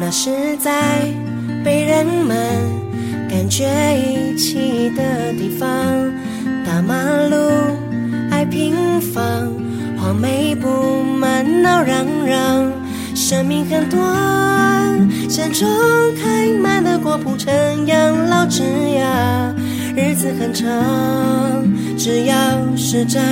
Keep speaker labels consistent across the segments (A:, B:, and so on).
A: 那是在被人们感觉遗弃的地方，大马路、矮平房，黄梅布满闹嚷嚷。生命很短，山中开满的果铺成养老枝桠，日子很长，只要是站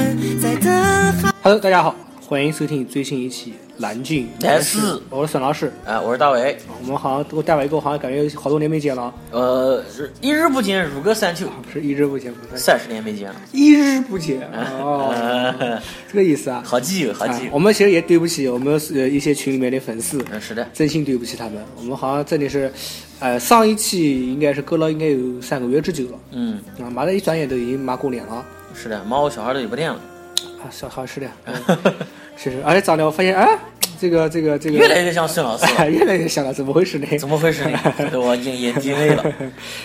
A: 在等海。
B: Hello，大家好，欢迎收听最新一期《蓝鲸
C: S
B: 我是沈老师。
C: 哎，我是大伟。
B: 我们好像都带完以后，好像感觉有好多年没见了啊，
C: 呃，是一日不见，如隔三秋，
B: 是一直不见，不见
C: 三十年没见了。
B: 一日不 见哦，
C: 呃，
B: 这个意思啊。
C: 好记有好
B: 啊
C: 记有
B: 我。们其实也对不起我们呃一些群里面的粉丝，
C: 嗯，是的，
B: 真心对不起他们。我们好像真的是，呃，上一期应该是隔了应该有三个月之久了
C: 嗯，
B: 啊，马上一转眼都已经马过年了
C: 是的，猫小孩都有不见了，
B: 啊，小好是的，嗯是是，而且长得我发现啊，这个这个这个
C: 越来越像孙老师了，
B: 哎 越来越像了，怎么回事呢？
C: 怎么回事 呢？我眼眼睛累了。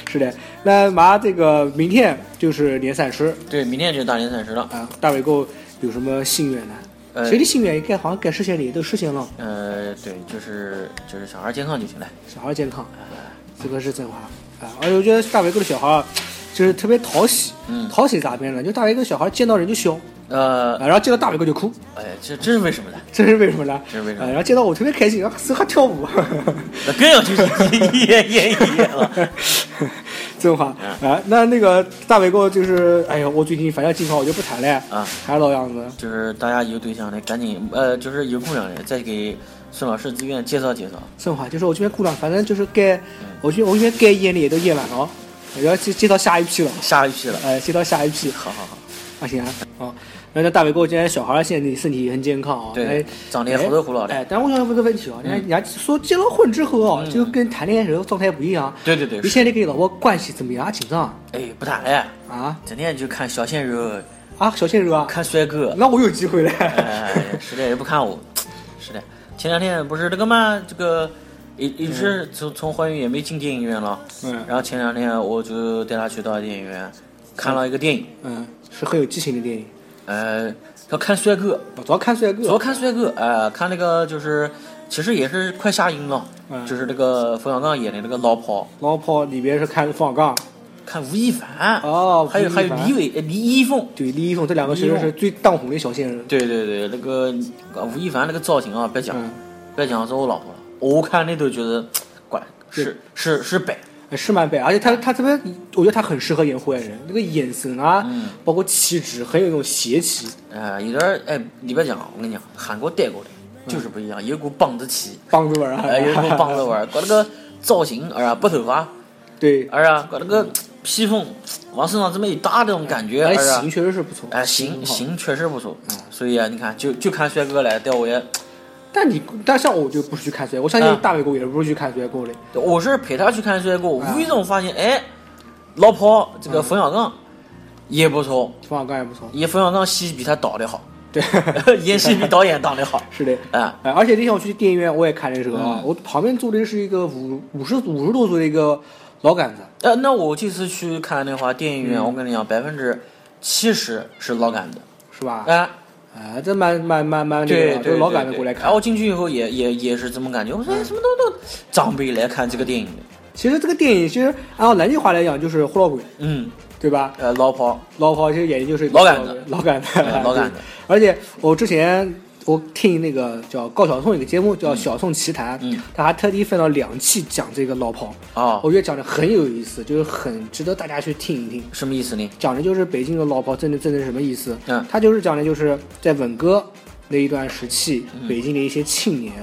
B: 是的，那马这个明天就是年三十
C: 对，明天就是大年三十了。
B: 啊，大伟哥有什么心愿呢？
C: 呃
B: 谁的心愿该好像该实现的也都实现了，
C: 呃，对，就是就是小孩健康就行了。
B: 小孩健康，这个是真话啊！而且我觉得大伟哥的小孩儿就是特别讨喜，
C: 嗯
B: 讨喜咋变呢？就大伟哥小孩见到人就笑，
C: 呃
B: 啊，，然后见到大伟哥就哭，
C: 哎，这这是为什么呢？
B: 这是为什么呢？
C: 这是为什么
B: 啊然后见到我特别开心，然后还跳舞，
C: 那更要去 一夜夜一夜了。
B: 真话
C: 嗯
B: 啊！那那个大伟哥就是，哎呀，我最近反正近况我就不谈了，
C: 啊
B: 还是老样子。
C: 就是大家有对象的赶紧，呃，就是有姑娘的再给孙老师自愿介绍介绍。
B: 真话，就是我这边姑娘，反正就是该，我觉得我这边该验的也都验完了，我要接接到下一批了，
C: 下一批了。
B: 呃，接到下一批。
C: 好好好，
B: 啊行啊，哦，那那大伟哥，今天小孩儿现在身体很健康啊，
C: 对
B: 哎
C: 长得也活头活脑的
B: 哎，但我想问个问题啊，人
C: 嗯
B: 家人家说结了婚之后啊，就跟谈恋爱时候状态不一样。
C: 对嗯对对
B: 你现在跟老婆关系怎么样？紧张
C: 哎，不谈了，
B: 啊
C: 整天就看小鲜肉，
B: 啊，小鲜肉啊，
C: 看帅哥。
B: 那我有机会了。
C: 嗯哎，是的，也不看我。是的，前两天不是那个嘛，这个一一直从从怀孕也没进电影院了。
B: 嗯
C: 然后前两天我就带他去到电影院看了一个电影，
B: 嗯，是很有激情的电影，
C: 呃，要看帅哥，
B: 主要看帅哥。
C: 主要看帅哥，呃，看那个就是其实也是快下映了，
B: 嗯
C: 就是那个冯小刚演的那个老炮，
B: 老婆里边是看放杠，
C: 看吴亦凡，
B: 哦
C: 还有
B: 吴亦
C: 还
B: 凡
C: 有李伟呃李易峰。
B: 对李易峰这两个其
C: 李易
B: 实
C: 峰
B: 是最当红的小鲜肉。
C: 对对对，那个呃吴亦凡那个造型啊，别讲，
B: 嗯
C: 别讲是我老婆了，我看那都觉得，乖，是是是白，
B: 呃是蛮白，而且他他特别，我觉得他很适合演坏人，那个眼神啊，
C: 嗯
B: 包括气质，很有那种邪气，
C: 呃，有点儿哎，你别讲，我跟你讲，韩国带过的就是不一样，有一股棒子 气，
B: 棒子味儿啊，
C: 哎，有一股棒子味儿，搞那个造型，哎呀，白头发，
B: 对，
C: 哎呀，搞那个披风往身上这么一搭，这种感觉，哎
B: 哎，
C: 呀
B: 型，确实是不错，
C: 哎，
B: 很
C: 行
B: 好，
C: 行，确实不错，所以啊，你看，就就看帅哥来带我也，
B: 但你但像我就不是去看帅，我相
C: 啊
B: 信大伟哥也不是去看帅哥的，
C: 我是陪他去看帅哥，我
B: 啊嗯
C: 无意中发现，哎，老炮这个冯小刚也不错，
B: 冯小刚也不错，
C: 也冯小刚戏比他导的好，
B: 对，
C: 演戏比导演当的好，
B: 是的。
C: 啊，
B: 哎，而且那天我去电影院，我也看的时候啊，
C: 嗯
B: 我旁边坐的是一个五五十五十多岁的一个老杆子，
C: 呃，那我这次去看的话，电影院
B: 嗯
C: 我跟你讲，百分之七十是老杆子，
B: 是吧？
C: 啊，
B: 哎，这蛮蛮蛮蛮那
C: 对
B: 个的，
C: 对，
B: 都老杆
C: 对
B: 子
C: 对
B: 过来
C: 然
B: 看嗯
C: 后。我进去以后也也也是这么感觉，我说哎，什么都都长辈来看这个电影的，
B: 其实这个电影，其实按照南京话来讲，就是胡老鬼，
C: 嗯，
B: 对吧？
C: 呃，老炮，
B: 老炮其实演的就是
C: 老杆子，
B: 老杆子
C: 嗯，老杆子。
B: 而且我之前我听那个叫高晓松一个节目叫《晓松奇谈》，
C: 嗯
B: 他还特地分了两期讲这个老炮，
C: 啊
B: 我觉得讲的很有意思，就是很值得大家去听一听。
C: 什么意思呢？
B: 讲的就是北京的老炮真的真的是什么意思？
C: 嗯
B: 他就是讲的就是在文革那一段时期，
C: 嗯
B: 北京的一些青年。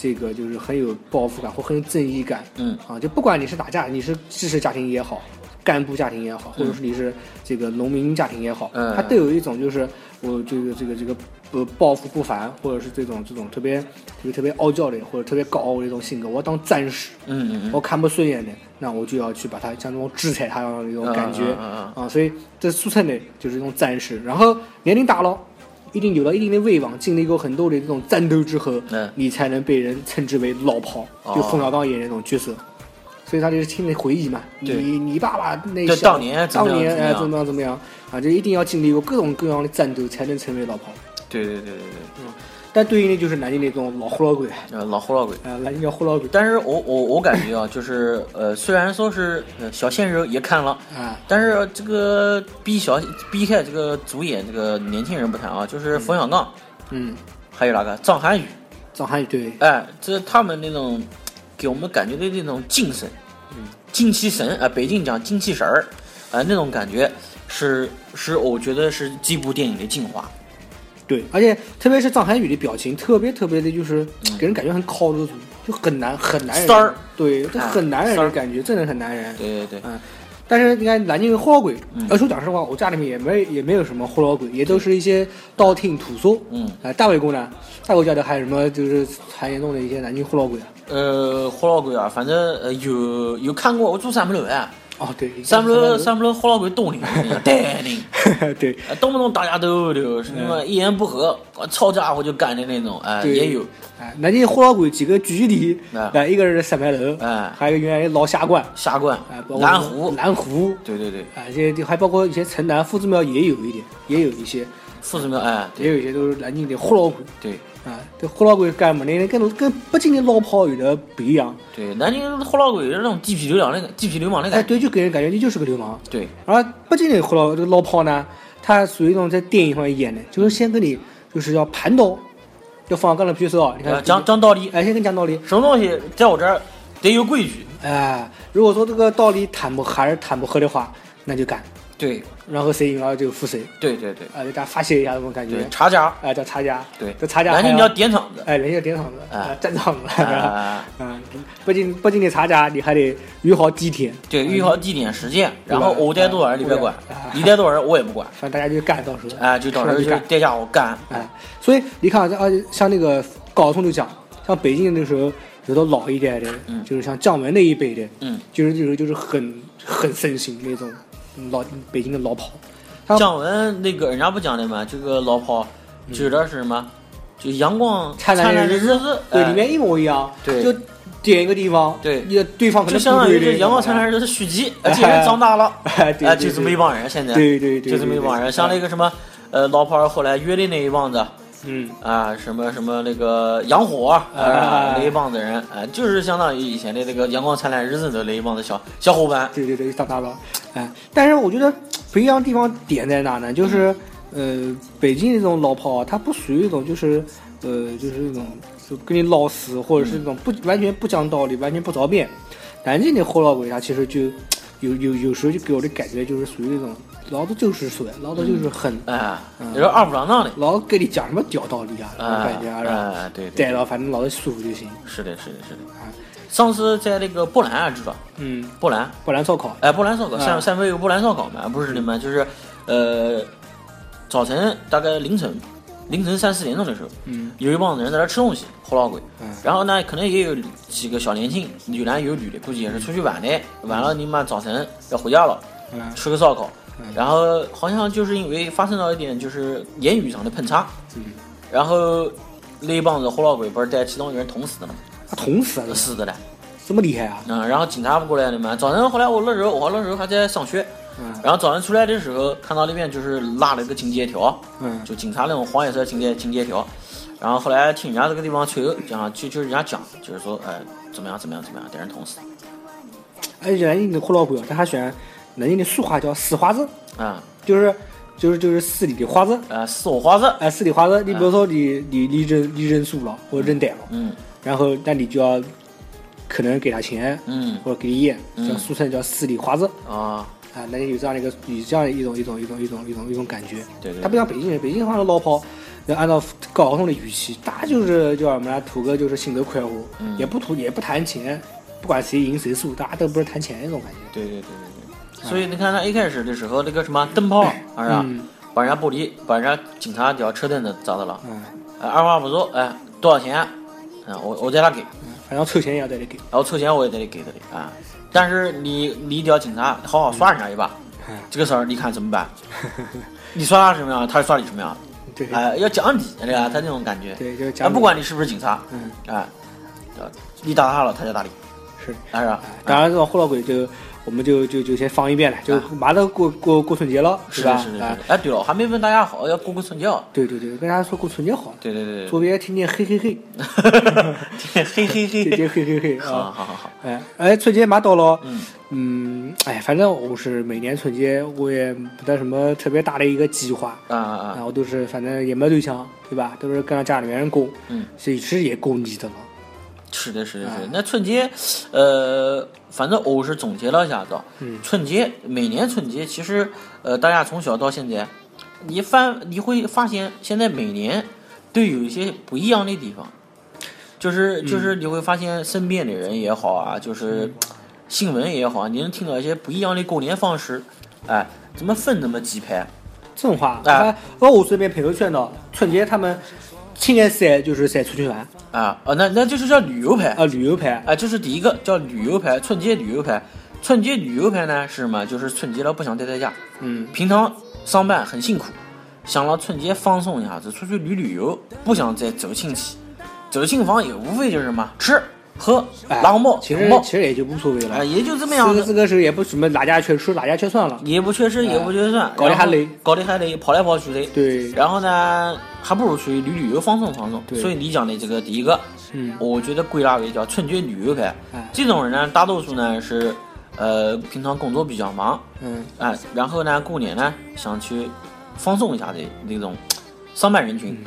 B: 这个就是很有抱负感或很有正义感，
C: 嗯
B: 啊，就不管你是哪家，你是知识家庭也好，干部家庭也好，或者是你是这个农民家庭也好，
C: 嗯
B: 他都有一种就是我这个这个这个呃抱负不凡，或者是这种这种特别特别特别傲娇的或者特别高傲的一种性格，我要当战士，
C: 嗯嗯嗯。
B: 我看不顺眼的，那我就要去把他像那种制裁他的那种感觉
C: 嗯嗯嗯
B: 啊，所以这俗称的就是这种战士。然后年龄大了，一定有了一定的威望，经历过很多的这种战斗之后，
C: 嗯
B: 你才能被人称之为老炮，
C: 哦
B: 就冯小刚演的那种角色。所以他就是听的回忆嘛，你
C: 对
B: 你爸爸那
C: 就
B: 小
C: 当年怎
B: 当
C: 么
B: 年
C: 样怎么
B: 哎
C: 样
B: 怎么样怎么样啊，就一定要经历过各种各样的战斗才能成为老炮。
C: 对对对对对，
B: 但对应的就是南京那种老胡老鬼，
C: 呃，老胡老鬼。
B: 呃，南京叫胡老鬼
C: 但是我我我感觉啊，就是呃，虽然说是呃小鲜肉也看了，
B: 啊，
C: 但是这个比小比开这个主演这个年轻人不谈啊，就是冯小刚，
B: 嗯，
C: 还有哪个张涵予，
B: 张涵予对，
C: 哎，这他们那种给我们感觉的那种精神，嗯，精气神啊、北京讲精气神儿，啊、那种感觉是是我觉得是这部电影的精华，
B: 对，而且特别是张涵予的表情，特别特别的，就是给人感觉很靠得住，就很难很难人
C: 三嗯儿，
B: 对，这
C: 啊
B: 很男人
C: 三
B: 的
C: 儿
B: 感觉，真的很男人。
C: 对嗯对对，
B: 嗯，但是你看南京的胡老鬼，要说讲实话，我家里面也没也没有什么胡老鬼，也都是一些道听途说。
C: 嗯，
B: 啊，大伟公呢，大伟家的还有什么就是很严重的一些南京胡老鬼啊？
C: 呃，胡老鬼啊，反正呃有有看过，我住三不楼哎，
B: 哦，对，
C: 三不楼三不楼胡老鬼动的， 带的。
B: 三， 对，
C: 哎，动不动打架斗殴，什么一言不合啊吵架我就干的那种，哎，
B: 对
C: 也有，
B: 啊，南京胡老鬼几个聚集地，
C: 啊
B: 啊，一个是三牌楼，
C: 哎
B: 还有一个原来老下关，
C: 下关
B: 啊，包、括
C: 南湖，
B: 南湖，
C: 对对对，
B: 啊，这些还包括以前城南夫子庙也有一点，也有一些，
C: 夫子庙，哎，对
B: 也有一些都是南京的胡老鬼
C: 对
B: 啊，这胡老鬼干嘛呢？跟跟北京的老炮有点不一样，
C: 对，南京胡老鬼有那种地痞流氓那个地痞流氓那
B: 哎，
C: 个，
B: 对，就给人感觉你就是个流氓。
C: 对，
B: 而北京的胡老这个老炮呢，他属于那种在电影上面演的，就是先跟你就是要盘道，要放刚才比如说啊，你
C: 哎
B: 看
C: 讲，讲道理，
B: 哎，先跟你讲道理，
C: 什么东西在我这儿得有规矩，
B: 哎，如果说这个道理谈不还是谈不合的话，那就干，
C: 对
B: 然后谁赢了就服谁，
C: 对对对
B: 啊，就大家发泄一下这种感觉
C: 对，，查家，
B: 啊，叫差价，
C: 对
B: 叫差，价还
C: 南
B: 要，
C: 京叫点场子，
B: 哎，人家点场子，
C: 哎
B: 啊，站场子，
C: 哎，
B: 嗯，北京北京的差价你还得约好嗯地点，
C: 对，约好地点时间，
B: 对吧
C: 然后我带多少人你别管，你带多少人我也不管，
B: 反正大家就干到时候，
C: 哎，就到时候
B: 是
C: 就
B: 吧就干
C: 带家伙干，
B: 哎，所以你看啊，啊，像那个高通就讲，像北京那时候有的老一代的，
C: 嗯
B: 就是像姜文那一辈的，
C: 嗯，
B: 就是就是就是很很盛行那种老北京的老炮，他
C: 姜文那个人家不讲的嘛，这个老炮指的是什么？就阳光
B: 灿烂的
C: 的
B: 日
C: 日子，
B: 对，
C: 哎
B: 里面一模一样，
C: 对
B: 就点一个地方，
C: 对
B: 也对方可
C: 就
B: 能
C: 相当于
B: 不
C: 这
B: 对
C: 阳光灿烂的日子续集，哎这人长大了，
B: 啊 哎，对
C: 哎，
B: 对
C: 就这么
B: 对
C: 一帮人，现在
B: 对对对，
C: 就这么一
B: 对哎
C: 帮人，像那，
B: 对
C: 个什么呃老炮儿后来约的那一帮子
B: 嗯，
C: 啊，什么什么那个洋火啊
B: 哎
C: 那一帮子人，哎，就是相当于以前的那个阳光灿烂日子的那一帮子小小伙伴，
B: 对对对，长大了，哎，但是我觉得不一样的地方点在哪呢？就是，呃，北京那种老炮啊，它不属于那种就是，呃，就是那种就跟你老死，或者是那种不完全不讲道理、完全不着边。南京的后老鬼，他其实就有有有时候就给我的感觉就是属于那种老子就是帅，老子就是狠，
C: 哎，
B: 嗯
C: 你说二不上当的，
B: 老给你讲什么屌道理啊，那种
C: 哎
B: 感觉啊，是吧？
C: 哎，对对，
B: 逮了反正老子舒服就行。
C: 是的，是的，是的
B: 啊。
C: 上次在那个波兰啊，知道
B: 嗯，
C: 波兰。
B: 不然烧烤，
C: 哎，波兰烧烤，
B: 啊
C: 汕汕尾有波兰烧烤嘛？不是的嘛，就是，呃，早晨大概凌晨，凌晨三四点钟的时候，
B: 嗯
C: 有一帮子人在那吃东西，胡老鬼。
B: 嗯
C: 然后呢，可能也有几个小年轻，有男有女的，估计也是出去玩的，晚了你妈早晨要回家了，
B: 嗯
C: 吃个烧烤
B: 嗯。
C: 然后好像就是因为发生了一点就是言语上的碰擦，
B: 嗯，
C: 然后那一帮子胡老鬼不是带其中一个人捅死的嘛，
B: 他捅死了，
C: 死的嘞。
B: 这么厉害啊？
C: 嗯，然后警察不过来了嘛。早晨后来我那时候，我那时候还在上学，
B: 嗯
C: 然后早上出来的时候，看到那边就是拉了一个警戒条，
B: 嗯
C: 就警察那种黄颜色警戒警戒条。然后后来听人家这个地方吹牛，讲就就是人家讲，就是说，哎，怎么样怎么样怎么样，给人捅死，
B: 而且南京哎的胡老鬼啊，他还喜欢南京的俗话叫“四花子
C: 啊、”，
B: 就是就是就是市里的花子。
C: 呃，四五花子，
B: 哎，市里花子，你比如说你你你认你认输了或者认逮了，
C: 嗯
B: 然后那你就要可能给他钱
C: 嗯
B: 或者给你烟，
C: 嗯
B: 叫俗称叫市里花子
C: 啊，
B: 啊。南京有这样的一个有这样一种一种一种一种一种一种感觉，
C: 对对
B: 他不像北京人，北京好像老炮。要按照高晓松的语气，他就是叫什么呢？图个就是幸得快活，
C: 嗯
B: 也不图也不谈钱，不管谁赢谁输，大家都不是谈钱那种感觉。
C: 对对对对对。所以你看他一开始的时候，那个什么灯泡，啊是吧
B: 嗯
C: 把人家玻璃，把人家警察条车灯都砸到了，
B: 嗯，
C: 哎二话不说，哎，多少钱啊？啊，我我带他给。
B: 反正凑钱也要在这给。
C: 然后凑钱我也得给他的啊。但是你你得要警察好好刷人家一把，
B: 嗯
C: 这个事儿你看怎么办？你刷他什么样，他就刷你什么样，
B: 对，
C: 哎、要讲理，对吧？他那种感觉，
B: 对，就是
C: 哎
B: 讲
C: 不，管你是不是警察，啊、
B: 嗯，
C: 你打他了，他就打你，
B: 是。
C: 哎是吧？
B: 当然，这种后老鬼就，我们就就就先放一遍了，就
C: 啊
B: 马上过过过春节了，
C: 是
B: 吧
C: 的，是的，是？
B: 啊
C: 的，。哎，对了，我还没问大家好，要过过春节啊？
B: 对对对，跟大家说过春节好，
C: 对对对
B: 左
C: 对
B: 边听见嘿嘿嘿，
C: 对， 嘿 嘿
B: 姐
C: 嘿，
B: 姐嘿嘿嘿
C: 好
B: 啊！
C: 好好好，
B: 哎哎，春节马到了，
C: 嗯
B: 嗯，哎，反正我是每年春节我也不带什么特别大的一个计划，
C: 啊啊
B: 然
C: 啊，
B: 后都是反正也没对象，对吧？都是跟着家里面人过，
C: 嗯，
B: 所以其实也够腻的了。
C: 是的，是的，是的
B: 啊。
C: 那春节，呃，反正我是总结了一下子，
B: 嗯
C: 春节每年春节其实，呃，大家从小到现在，你翻你会发现，现在每年都有一些不一样的地方，就是就是你会发现身边的人也好啊，就是新闻也好啊，你能听到一些不一样的过年方式，哎，怎么分那么几派？
B: 这种话，
C: 哎
B: 哎，我我身边朋友圈呢，春节他们青年赛就是赛出去玩
C: 啊啊，那那就是叫旅游牌
B: 啊，旅游牌，
C: 啊，这是第一个叫旅游牌，春节旅游牌。春节旅游牌呢是什么？就是春节了不想待在家，
B: 嗯，
C: 平常上班很辛苦，想了春节放松一下子，出去旅旅游，不想再走亲戚，走亲访也无非就是什么吃喝
B: 哎
C: 拉红包、
B: 其
C: 红
B: 实
C: 包，
B: 其实也就无所谓
C: 哎，
B: 了，
C: 也就这么样
B: 这个这
C: 的，
B: 个时候也不什么哪家缺吃哪家缺算了，
C: 也不缺吃，也不缺算，
B: 哎搞得
C: 然后
B: 还累
C: 搞得还累，跑来跑去的。
B: 对，
C: 然后呢，还不如出去旅旅游，放松放松。
B: 对
C: 所以你讲的这个第一个，
B: 嗯
C: 我觉得归纳为叫春节旅游派
B: 哎。
C: 这种人呢，大多数呢是，呃，平常工作比较忙，
B: 嗯
C: 哎、然后呢，过年呢想去放松一下的那种上班人群，
B: 嗯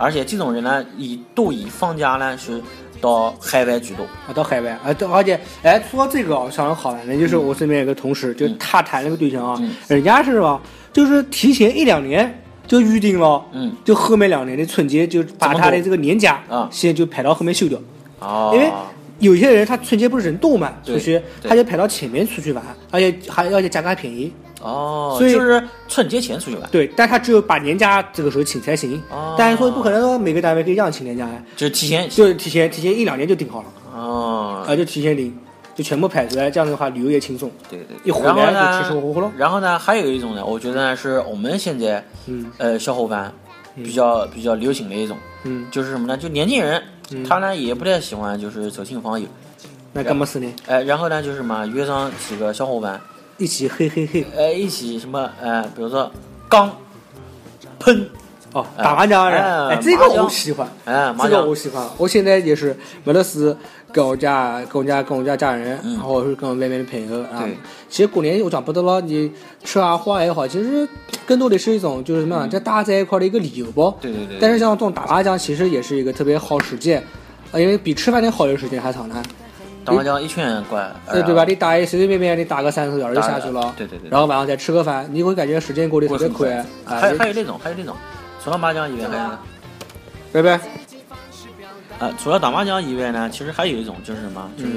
C: 而且这种人呢，以都以放假呢是到海外居多。
B: 啊，到海外啊，到而且哎，说到这个啊，想好玩的就是我身边有个同事，就他谈了个对象啊，
C: 嗯
B: 人家是吧，就是提前一两年就预定了，
C: 嗯，
B: 就后面两年的春节就把他的这个年假
C: 怎么弄啊
B: 先就排到后面休掉，
C: 哦，
B: 因为有些人他春节不是人多嘛，
C: 对
B: 出去
C: 对
B: 他就排到前面出去玩，而且还而且价格还便宜，
C: 哦，
B: 所以
C: 就是春节前出去玩，
B: 对，但他只有把年假这个时候请才行
C: 哦，
B: 但是说不可能说每个单位可以让请年假呀，
C: 就是提前
B: 就是提前提前一两年就定好了，
C: 哦，
B: 啊，就提前领，就全部排出来，这样的话旅游也轻松。
C: 对对，对
B: 一回
C: 然后
B: 来就
C: 呢
B: 吃吃喝喝了
C: 然后呢，还有一种呢，我觉得呢是我们现在
B: 嗯
C: 呃小伙伴比较、比较流行的一种，
B: 嗯，
C: 就是什么呢？就年轻人，
B: 嗯
C: 他呢也不太喜欢就是走亲访友，
B: 那干嘛事呢？
C: 哎、然后呢就是什么约上几个小伙伴，
B: 一起嘿嘿嘿，
C: 哎、一起什么呃，比如说刚喷，
B: 哦，
C: 哎
B: 打麻将是吧？
C: 哎
B: 哎，这个
C: 麻将
B: 我喜欢，
C: 哎、麻
B: 这个
C: 将
B: 我喜欢。我现在也是，为了是跟我家、跟我家、跟我家家人，然后是跟我外面的朋友啊
C: 嗯对。
B: 其实过年我讲不得了，你吃啊喝啊也好，其实更多的是一种就是什么样，这大家在一块儿的一个理由吧。
C: 嗯对对对
B: 但是像这种打麻将，其实也是一个特别耗时间，啊，因为比吃饭的耗的时间还长呢。
C: 打麻将一圈怪，
B: 对对吧？？你打一随随便便，你打个三四个小时就下去
C: 哎打
B: 了。
C: 对对对
B: 然后晚上再吃个饭，你会感觉时间过得特
C: 过
B: 别
C: 得很
B: 快
C: 快。
B: 啊
C: 哎还有还有那种还有那种，除了麻将以外还有呢。
B: 拜拜。
C: 呃，除了打麻将以外呢，其实还有一种就是什么，就是，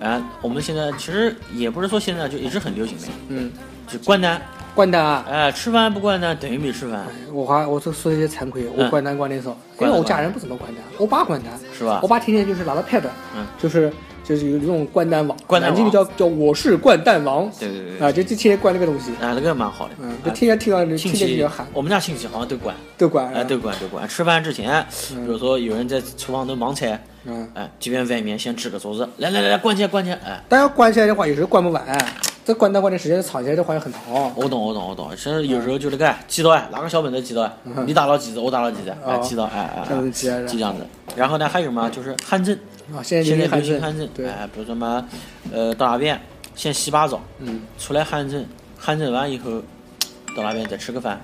B: 嗯
C: 呃，我们现在其实也不是说现在就一直很流行的，
B: 嗯，
C: 就关单，
B: 关单啊！
C: 哎、吃饭不关单等于没吃饭，
B: 我还我这说一些惭愧，我
C: 嗯
B: 关单关的少，因
C: 关
B: 为
C: 得
B: 我
C: 少
B: 家人不怎么关单，我爸关单，
C: 是吧
B: 我？爸天天就是拿着 pad，
C: 啊嗯
B: 就是就是有那种关单网，
C: 关单
B: 南京
C: 网
B: 叫叫我是关单王，
C: 对对对对，
B: 啊，就就天天关这个东西，
C: 哎、那个蛮好的，
B: 嗯，就
C: 哎
B: 天天听到天
C: 亲
B: 天就
C: 戚
B: 要喊，
C: 我们家亲戚好像都管，
B: 都关，
C: 哎、都管都管。吃饭之前，比如说有人在厨房头忙菜，
B: 嗯，
C: 哎、这边外面先支个桌子，来来来，关起来关起来，哎、
B: 但要关起来的话，有时候关不完，这关单关的时间长起来的话也很长，
C: 我懂，我懂，我懂。其实有时候就是干记到哎，拿个小本子记到哎，你打了几次，我打了几次，哎，
B: 嗯哦
C: 记到哎哎，
B: 这样
C: 哎
B: 子记啊是吧
C: 记这样子。然后呢，还有嘛，就是汗蒸，
B: 啊，嗯现在就
C: 现在
B: 是
C: 流
B: 寒
C: 行
B: 症，
C: 汗蒸，
B: 对，
C: 哎，比如说嘛，呃，到哪边先洗把澡，
B: 嗯，
C: 出来汗蒸，汗蒸完以后，到哪边再吃个饭，